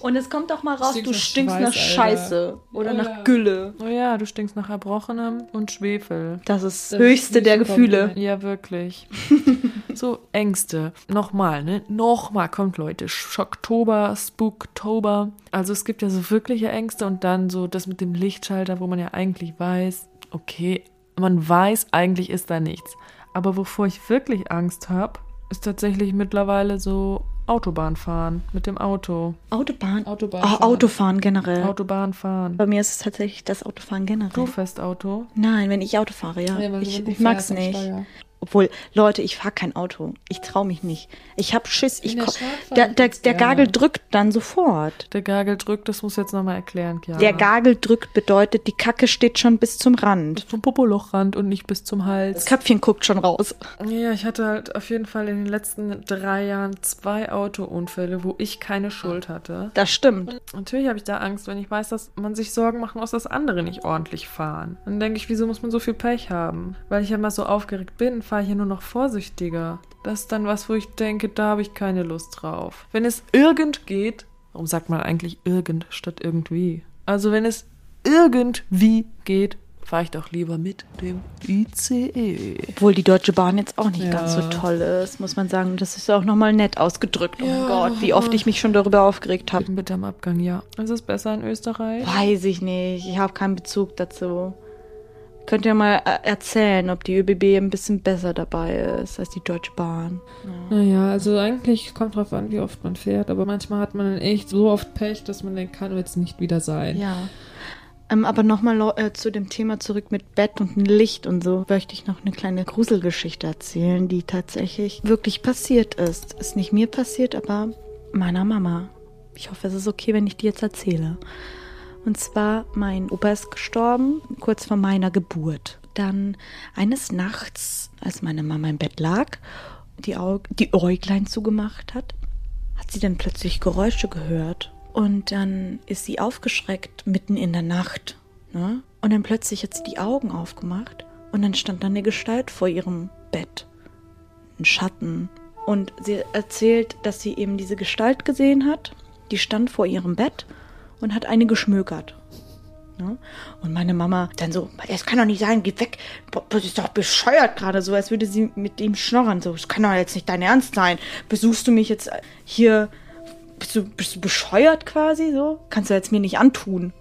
Und es kommt auch mal raus, Stinkst du nach stinkst Schweiß, nach Alter. Scheiße oder nach Oder- Gülle. Oh ja, du stinkst nach Erbrochenem und Schwefel. Das ist Das ist höchste nicht der ein Gefühle. Kompliment. Ja, wirklich. so, Ängste. Nochmal, ne? Nochmal kommt, Leute. Schocktober, Spooktober. Also es gibt ja so wirkliche Ängste und dann so das mit dem Lichtschalter, wo man ja eigentlich weiß, okay, man weiß, eigentlich ist da nichts. Aber wovor ich wirklich Angst habe, ist tatsächlich mittlerweile so Autobahnfahren mit dem Auto. Autobahn. Autobahnfahren. Oh, Autofahren generell. Autobahnfahren. Bei mir ist es tatsächlich das Autofahren Du generell. fährst Auto. Nein, wenn ich Auto fahre, ja. Ja, weil ich wenn du ich mag's fährst am nicht. Steuer. Obwohl, Leute, ich fahre kein Auto. Ich traue mich nicht. Ich hab Schiss. Ich der ko- Stadt fahren der, der, kannst der du Gagel ja. drückt dann sofort. Der Gagel drückt, das muss jetzt nochmal erklären, Chiara. Der Gagel drückt bedeutet, die Kacke steht schon bis zum Rand. Zum Popolochrand und nicht bis zum Hals. Das Köpfchen guckt schon raus. Ja, ich hatte halt auf jeden Fall in den letzten drei Jahren zwei Autounfälle, wo ich keine Schuld hatte. Das stimmt. Natürlich habe ich da Angst, wenn ich weiß, dass man sich Sorgen machen muss, dass andere nicht ordentlich fahren. Dann denke ich, wieso muss man so viel Pech haben? Weil ich ja immer so aufgeregt bin, fahre ich ja nur noch vorsichtiger. Das ist dann was, wo ich denke, da habe ich keine Lust drauf. Wenn es irgend geht, warum sagt man eigentlich irgend statt irgendwie? Also wenn es irgendwie geht, fahre ich doch lieber mit dem E. ICE. Obwohl die Deutsche Bahn jetzt auch nicht Ja. ganz so toll ist, muss man sagen. Das ist auch nochmal nett ausgedrückt. Oh mein Gott, wie oft ich mich schon darüber aufgeregt habe. Bitte am Abgang, ja. Ist es besser in Österreich? Weiß ich nicht. Ich habe keinen Bezug dazu. Könnt ihr mal äh, erzählen, ob die ÖBB ein bisschen besser dabei ist als die Deutsche Bahn? Naja, also eigentlich kommt drauf an, wie oft man fährt, aber manchmal hat man dann echt so oft Pech, dass man denkt, kann jetzt nicht wieder sein. Ja. Ähm, aber nochmal äh, zu dem Thema zurück mit Bett und Licht und so, möchte ich noch eine kleine Gruselgeschichte erzählen, die tatsächlich wirklich passiert ist. Ist nicht mir passiert, aber meiner Mama. Ich hoffe, es ist okay, wenn ich die jetzt erzähle. Und zwar, mein Opa ist gestorben, kurz vor meiner Geburt. Dann eines Nachts, als meine Mama im Bett lag, die, Aug die Äuglein zugemacht hat, hat sie dann plötzlich Geräusche gehört. Und dann ist sie aufgeschreckt mitten in der Nacht. Ne? Und dann plötzlich hat sie die Augen aufgemacht und dann stand da eine Gestalt vor ihrem Bett. Ein Schatten. Und sie erzählt, dass sie eben diese Gestalt gesehen hat. Die stand vor ihrem Bett und hat eine geschmökert. Ne? Und meine Mama dann so, das kann doch nicht sein, geh weg. Boah, Das ist doch bescheuert gerade so, als würde sie mit ihm schnorren. So, das kann doch jetzt nicht dein Ernst sein. Besuchst du mich jetzt hier? Bist du, bist du bescheuert quasi so? Kannst du jetzt mir nicht antun.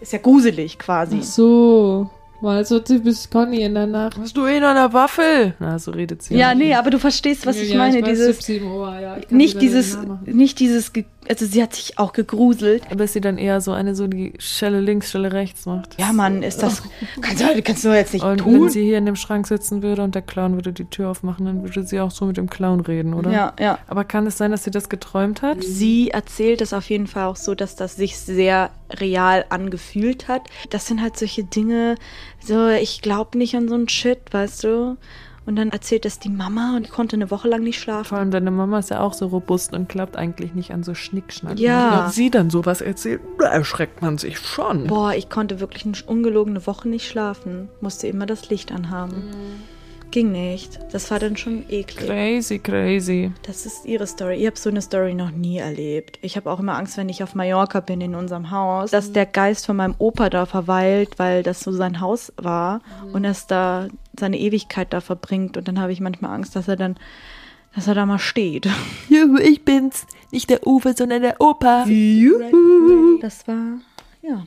Ist ja gruselig quasi. Ach so, weil so du bist Conny in der Nacht. Bist du in einer Waffel? Na, so redet sie. Ja, nee, aber du verstehst, was ich ja, meine. Ich weiß, dieses 17 Uhr, ja, ich kann nicht wieder den dieses, Namen machen. nicht dieses, ge- Also sie hat sich auch gegruselt. Aber ist sie dann eher so eine, so die Schelle links, Schelle rechts macht. Ja, Mann, ist das. Kannst du, kannst du jetzt nicht Und wenn tun. sie hier in dem Schrank sitzen würde und der Clown würde die Tür aufmachen, dann würde sie auch so mit dem Clown reden, oder? Ja, ja. Aber kann es sein, dass sie das geträumt hat? Sie erzählt es auf jeden Fall auch so, dass das sich sehr real angefühlt hat. Das sind halt solche Dinge, so ich glaube nicht an so einen Shit, weißt du? Und dann erzählt das die Mama und konnte eine Woche lang nicht Vor schlafen. allem deine Mama ist ja auch so robust und klappt eigentlich nicht an so Schnickschnack. ne? Ja. Und Wenn sie dann sowas erzählt, da erschreckt man sich schon. Boah, ich konnte wirklich eine ungelogene Woche nicht schlafen. Musste immer das Licht anhaben. Mhm. Ging nicht. Das war dann schon eklig. Crazy, crazy. Das ist ihre Story. Ich habe so eine Story noch nie erlebt. Ich habe auch immer Angst, wenn ich auf Mallorca bin in unserem Haus, dass Mhm. der Geist von meinem Opa da verweilt, weil das so sein Haus war Mhm. und dass da seine Ewigkeit da verbringt. Und dann habe ich manchmal Angst, dass er dann, dass er da mal steht. Juhu, ich bin's. Nicht der Uwe, sondern der Opa. Das war ja.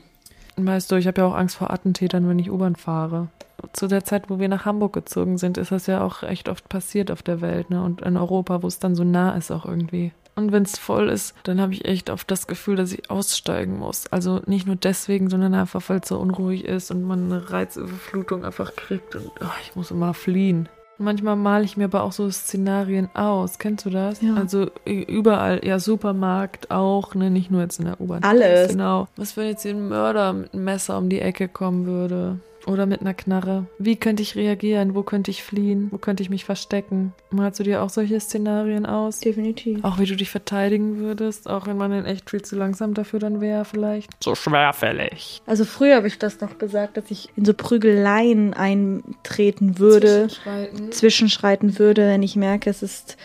Weißt du, ich habe ja auch Angst vor Attentätern, wenn ich U-Bahn fahre. Zu der Zeit, wo wir nach Hamburg gezogen sind, ist das ja auch echt oft passiert auf der Welt, ne? Und in Europa, wo es dann so nah ist auch irgendwie. Und wenn es voll ist, dann habe ich echt oft das Gefühl, dass ich aussteigen muss. Also nicht nur deswegen, sondern einfach, weil es so unruhig ist und man eine Reizüberflutung einfach kriegt und ah, ich muss immer fliehen. Manchmal male ich mir aber auch so Szenarien aus. Kennst du das? Ja. Also ü- überall, ja, Supermarkt auch, ne? Nicht nur jetzt in der U-Bahn. Alles. Genau. Was, wenn jetzt hier ein Mörder mit einem Messer um die Ecke kommen würde? Oder mit einer Knarre? Wie könnte ich reagieren? Wo könnte ich fliehen? Wo könnte ich mich verstecken? Malst du dir auch solche Szenarien aus? Definitiv. Auch wie du dich verteidigen würdest, auch wenn man in echt viel zu langsam dafür dann wäre, vielleicht. So schwerfällig. Also früher habe ich das noch gesagt, dass ich in so Prügeleien eintreten würde. Zwischenschreiten. zwischenschreiten würde, wenn ich merke, es ist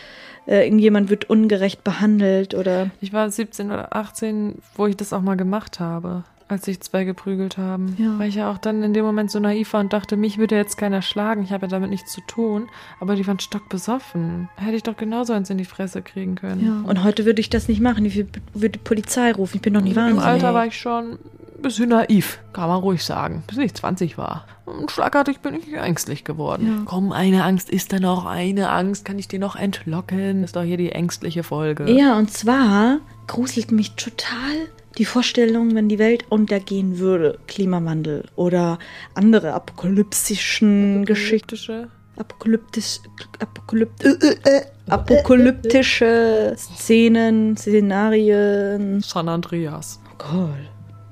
äh, irgendjemand wird ungerecht behandelt oder Ich war 17 oder 18, wo ich das auch mal gemacht habe, als sich zwei geprügelt haben. Ja. Weil ich ja auch dann in dem Moment so naiv war und dachte, mich würde jetzt keiner schlagen, ich habe ja damit nichts zu tun. Aber die waren stockbesoffen. Hätte ich doch genauso eins in die Fresse kriegen können. ja. und heute würde ich das nicht machen. Ich würde würde die Polizei rufen. Ich bin doch nicht Im wahnsinnig. Alter war ich schon ein bisschen naiv. Kann man ruhig sagen, bis ich 20 war. Und schlagartig bin ich ängstlich geworden. ja. Komm, eine Angst ist da noch eine Angst, kann ich dir noch entlocken? Ist doch hier die ängstliche Folge. ja, und zwar gruselt mich total die Vorstellung, wenn die Welt untergehen würde, Klimawandel oder andere apokalyptischen Geschichten, Geschichtische. apokalyptisch, apokalypt, äh, äh, äh, apokalyptische Szenen, Szenarien. San Andreas. Oh Gott,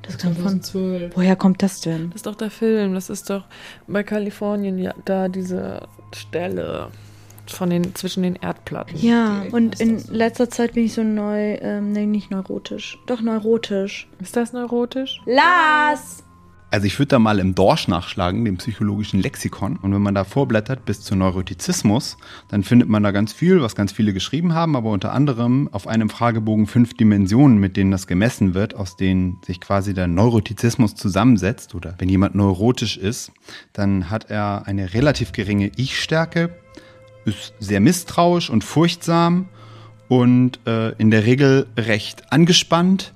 das kommt von 2012. Woher kommt das denn? Das ist doch der Film. Das ist doch bei Kalifornien ja, da diese Stelle von den, zwischen den Erdplatten. Ja, Direkt und passt in das. letzter Zeit bin ich so neu, ähm, nee, nicht neurotisch. Doch neurotisch. Ist das neurotisch? Lars! Also ich würde da mal im Dorsch nachschlagen, dem psychologischen Lexikon. Und wenn man da vorblättert bis zu Neurotizismus, dann findet man da ganz viel, was ganz viele geschrieben haben, aber unter anderem auf einem Fragebogen fünf Dimensionen, mit denen das gemessen wird, aus denen sich quasi der Neurotizismus zusammensetzt. Oder wenn jemand neurotisch ist, dann hat er eine relativ geringe Ich-Stärke, ist sehr misstrauisch und furchtsam und äh, in der Regel recht angespannt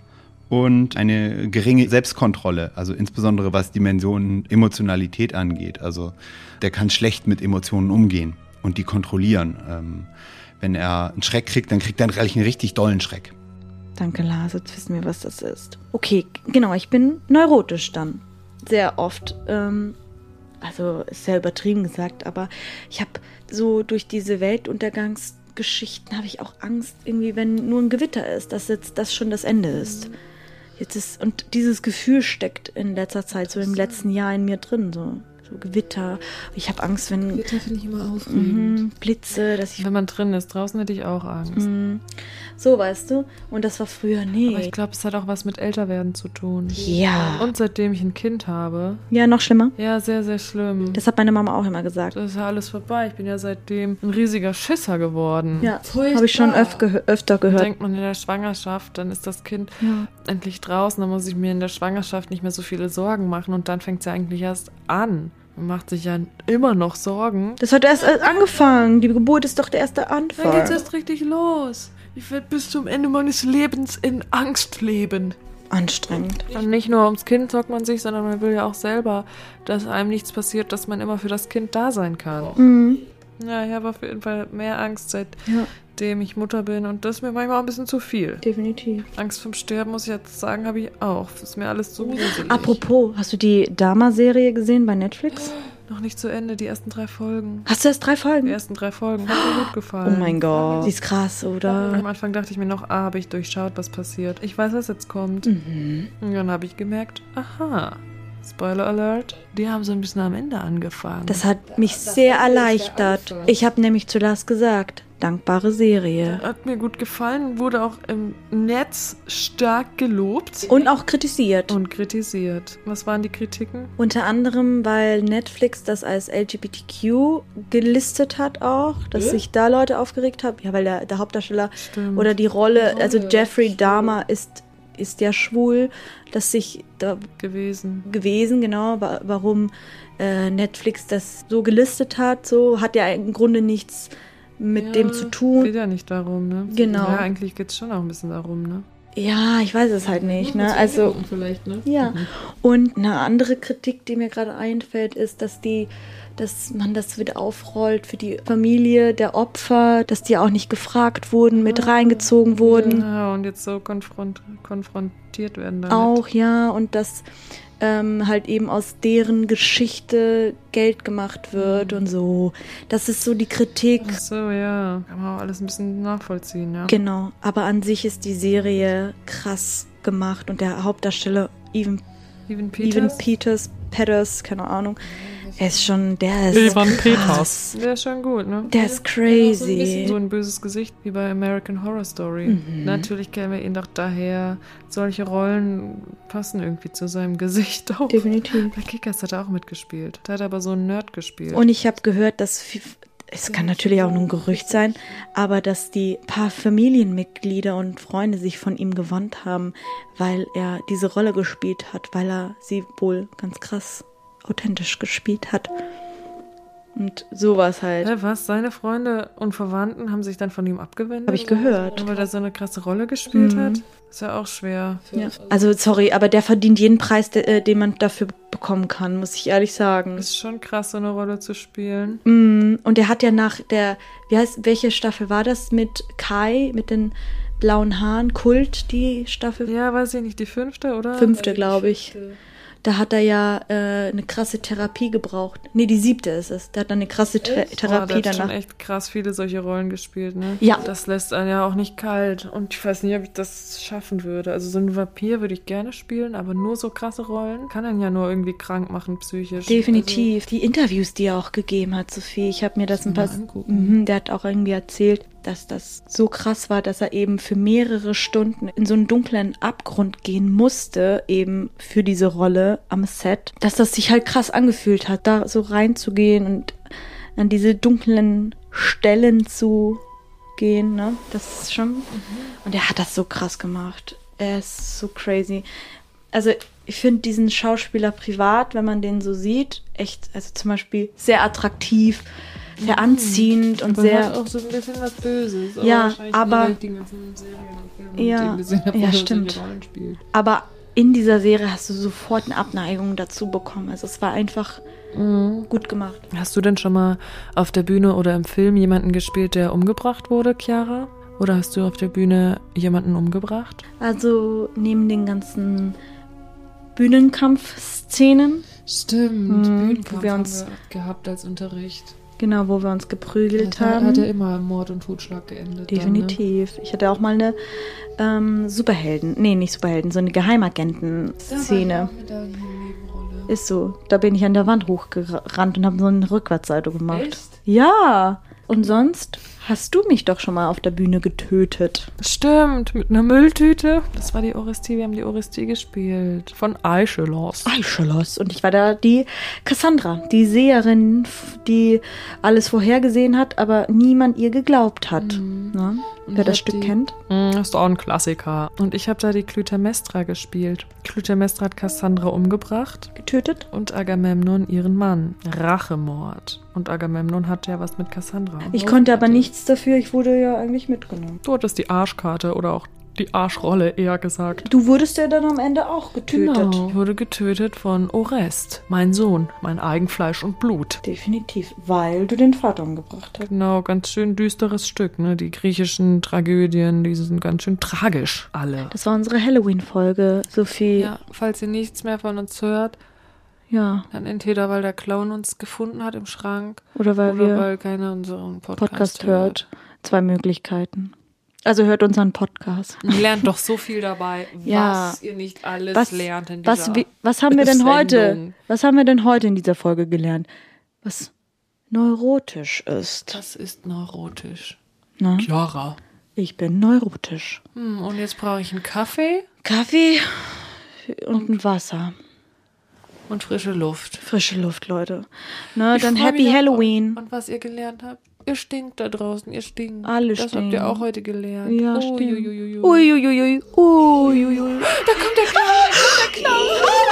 und eine geringe Selbstkontrolle, also insbesondere was Dimensionen Emotionalität angeht. Also der kann schlecht mit Emotionen umgehen und die kontrollieren. Ähm, wenn er einen Schreck kriegt, dann kriegt er gleich einen richtig dollen Schreck. Danke, Lars, jetzt wissen wir, was das ist. Okay, g- genau, ich bin neurotisch dann. Sehr oft. Ähm, also ist sehr übertrieben gesagt, aber ich habe so durch diese Weltuntergangsgeschichten habe ich auch Angst, irgendwie, wenn nur ein Gewitter ist, dass jetzt das schon das Ende ist. Jetzt ist, und dieses Gefühl steckt in letzter Zeit, so im letzten Jahr in mir drin, so, so Gewitter. Ich habe Angst, wenn Gitter finde ich immer aufregend. mhm, Blitze, dass ich. Wenn man drin ist, draußen hätte ich auch Angst. Mhm. So, weißt du? Und das war früher, nee. Aber ich glaube, es hat auch was mit Älterwerden zu tun. ja. Und seitdem ich ein Kind habe, Ja, noch schlimmer. ja, sehr, sehr schlimm. Das hat meine Mama auch immer gesagt. Das ist ja alles vorbei. Ich bin ja seitdem ein riesiger Schisser geworden. Ja, Furchtbar. habe ich schon öf gehö- öfter gehört. Denkt man in der Schwangerschaft, dann ist das Kind Ja. endlich draußen, dann muss ich mir in der Schwangerschaft nicht mehr so viele Sorgen machen und dann fängt es ja eigentlich erst an. Man macht sich ja immer noch Sorgen. Das hat erst äh, angefangen. Die Geburt ist doch der erste Dann geht's Anfang. erst richtig los. Ich werde bis zum Ende meines Lebens in Angst leben. Anstrengend. Und nicht nur ums Kind sorgt man sich, sondern man will ja auch selber, dass einem nichts passiert, dass man immer für das Kind da sein kann. Mhm. Ja, ich habe auf jeden Fall mehr Angst, seit Ja. dem ich Mutter bin und das ist mir manchmal auch ein bisschen zu viel. Definitiv. Angst vom Sterben, muss ich jetzt sagen, habe ich auch. Ist mir alles Oh, zu gruselig. Apropos, hast du die Dama-Serie gesehen bei Netflix? Noch nicht zu Ende, die ersten drei Folgen. Hast du Oh. erst drei Folgen? Die ersten drei Folgen. Hat mir gut Oh gefallen. mein Gott. Die ist krass, oder? Am Anfang dachte ich mir noch, ah, habe ich durchschaut, was passiert. Ich weiß, was jetzt kommt. Mhm. Und dann habe ich gemerkt, aha, Spoiler Alert, die haben so ein bisschen am Ende angefangen. Das hat mich sehr erleichtert. Ich habe nämlich zu Lars gesagt, dankbare Serie. hat mir gut gefallen, wurde auch im Netz stark gelobt Und auch kritisiert. und kritisiert. Was waren die Kritiken? Unter anderem, weil Netflix das als LGBTQ gelistet hat auch, dass sich da Leute aufgeregt haben. Ja, weil der, der Hauptdarsteller Stimmt. oder die Rolle, also Rolle, Jeffrey schwul. Dahmer ist, ist ja schwul, dass sich da gewesen. gewesen, genau, wa warum äh, Netflix das so gelistet hat, so hat ja im Grunde nichts mit Ja, dem zu tun. Geht ja nicht darum, ne? Genau. Ja, eigentlich geht es schon auch ein bisschen darum, ne? Ja, ich weiß es halt nicht, ne? Also Vielleicht, ne? Ja. Mhm. Und eine andere Kritik, die mir gerade einfällt, ist, dass die, dass man das wieder aufrollt für die Familie der Opfer, dass die auch nicht gefragt wurden, mit reingezogen wurden. Ah, Ja, und jetzt so konfront konfrontiert werden damit. Auch, ja, und dass ähm, halt eben aus deren Geschichte Geld gemacht wird und so. Das ist so die Kritik. Mhm. Ach so, ja. Kann man auch alles ein bisschen nachvollziehen, ja. Genau. Aber an sich ist die Serie krass gemacht und der Hauptdarsteller, Evan Evan Even Peters. Peters, Peters, keine Ahnung. Er ist schon, der ist. Evan krass. Der ist schon gut, ne? Der ist so ein crazy. Mhm. bisschen So ein böses Gesicht wie bei American Horror Story. Natürlich kennen wir ihn doch daher. Solche Rollen passen irgendwie zu seinem Gesicht auch. Definitiv. Bei Kickers hat er auch mitgespielt. Da hat er aber so einen Nerd gespielt. Und ich habe gehört, dass viel- es kann natürlich auch nur ein Gerücht sein, aber dass die paar Familienmitglieder und Freunde sich von ihm gewandt haben, weil er diese Rolle gespielt hat, weil er sie wohl ganz krass authentisch gespielt hat. Und sowas halt. Hä, was? Seine Freunde und Verwandten haben sich dann von ihm abgewendet? Habe ich gehört. Mhm. Nur Weil er so eine krasse Rolle gespielt hat? Ist ja auch schwer. Ja. Also sorry, aber der verdient jeden Preis, der, äh, den man dafür bekommen kann, muss ich ehrlich sagen. Ist schon krass, so eine Rolle zu spielen. Mm, Und er hat ja nach der, wie heißt, welche Staffel war das mit Kai, mit den blauen Haaren, Kult, die Staffel Ja, weiß ich nicht, die fünfte, oder? fünfte, glaube ich. Da hat er ja äh, eine krasse Therapie gebraucht. Nee, die siebte ist es. Da hat er eine krasse Ther oh, Therapie der hat danach. schon echt krass viele solche Rollen gespielt, ne? Ja. Das lässt einen ja auch nicht kalt. Und ich weiß nicht, ob ich das schaffen würde. Also so einen Vampir würde ich gerne spielen, aber nur so krasse Rollen kann einen ja nur irgendwie krank machen, psychisch. Definitiv. die Interviews, die er auch gegeben hat, Sophie, ich habe mir das ein paar. angucken. Mhm, der hat auch irgendwie erzählt, dass das so krass war, dass er eben für mehrere Stunden in so einen dunklen Abgrund gehen musste, eben für diese Rolle am Set, dass das sich halt krass angefühlt hat, da so reinzugehen und an diese dunklen Stellen zu gehen, ne? Das ist schon. Und er hat das so krass gemacht. Er ist so crazy. Also, ich finde diesen Schauspieler privat, wenn man den so sieht, echt, also zum Beispiel sehr attraktiv, sehr anziehend Also, und Man hat sehr. auch so ein bisschen was Böses. Ja, wahrscheinlich aber- nur, weil ich die ganzen Serien und Filme Ja, mit dem gesehen habe, ja, wo er solche stimmt. Rollen spielt. Aber in dieser Serie hast du sofort eine Abneigung dazu bekommen. Also, es war einfach gut gemacht. Hast du denn schon mal auf der Bühne oder im Film jemanden gespielt, der umgebracht wurde, Chiara? Oder hast du auf der Bühne jemanden umgebracht? Also, neben den ganzen Bühnenkampfszenen, Stimmt, Mhm, Bühnenkampf wo wir uns- haben wir gehabt als Unterricht. genau, wo wir uns geprügelt Das Also, hat, haben. hat ja immer im Mord und Totschlag geendet. ne? ne? Definitiv. Ich hatte auch mal eine ähm, Superhelden, nee, nicht Superhelden, so eine Dann, ne? Szene. Geheimagenten-Szene. Ist so. Da bin ich an der Wand hochgerannt und habe so eine Rückwärtsseite gemacht. Echt? Ja. Und sonst hast du mich doch schon mal auf der Bühne getötet. Stimmt, mit einer Mülltüte. Das war die Orestie, wir haben die Orestie gespielt. Von Ah. Aeschylus. Eischelos. Und ich war da die Cassandra, die Seherin, f- die alles vorhergesehen hat, aber niemand ihr geglaubt hat. Na? Mhm. Und Wer das hat Stück die- kennt. Mm, Das ist auch ein Klassiker. Und ich habe da die Clytemnestra gespielt. Clytemnestra hat Cassandra umgebracht Getötet? und Agamemnon ihren Mann. Rachemord. Und Agamemnon hatte ja was mit Cassandra. Ich konnte aber nichts dafür, ich wurde ja eigentlich mitgenommen. Du hattest die Arschkarte oder auch Die Arschrolle, eher gesagt. Genau. Du wurdest ja dann am Ende auch getötet. Ich wurde getötet von Orest, mein Sohn, mein Eigenfleisch und Blut. Definitiv, weil du den Vater umgebracht hast. Genau, ganz schön düsteres Stück, ne? Die griechischen Tragödien, die sind ganz schön tragisch, alle. Das war unsere Halloween-Folge, Sophie. Ja, falls ihr nichts mehr von uns hört, Ja. dann entweder weil der Clown uns gefunden hat im Schrank Oder weil oder wir weil keiner unseren Podcast, Podcast hört. Zwei Möglichkeiten. Also hört unseren Podcast. Ihr lernt doch so viel dabei, Ja. was ihr nicht alles Was, lernt in dieser was, wie, was haben wir denn heute? Sendung. Was haben wir denn heute in dieser Folge gelernt? Was neurotisch ist. Das ist neurotisch. Na? Chiara. Ich bin neurotisch. Hm, und jetzt brauche ich einen Kaffee Kaffee und ein Wasser. und frische Luft. Frische Luft, Leute. Na, Ich dann freu Happy mich auf- Halloween. Und was ihr gelernt habt. Ihr stinkt da draußen, ihr stinkt. Alle das habt stinken. ihr auch heute gelernt. Ja, Ui, stimmt. ui, ui, ui. Uiuiui. Uiuiui. Da kommt der Clown, da kommt der Clown.